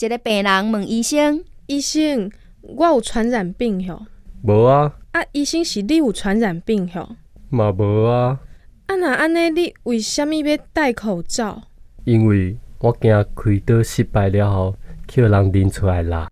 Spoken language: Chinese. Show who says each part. Speaker 1: 一个病人问医生，
Speaker 2: 医生，我有传染病吼。
Speaker 3: 无啊，
Speaker 2: 啊，医生是你有传染病吼。
Speaker 3: 嘛无啊，
Speaker 2: 啊，若安尼，你为什物要戴口罩？
Speaker 3: 因为我惊开刀失败了后，叫人认出来啦。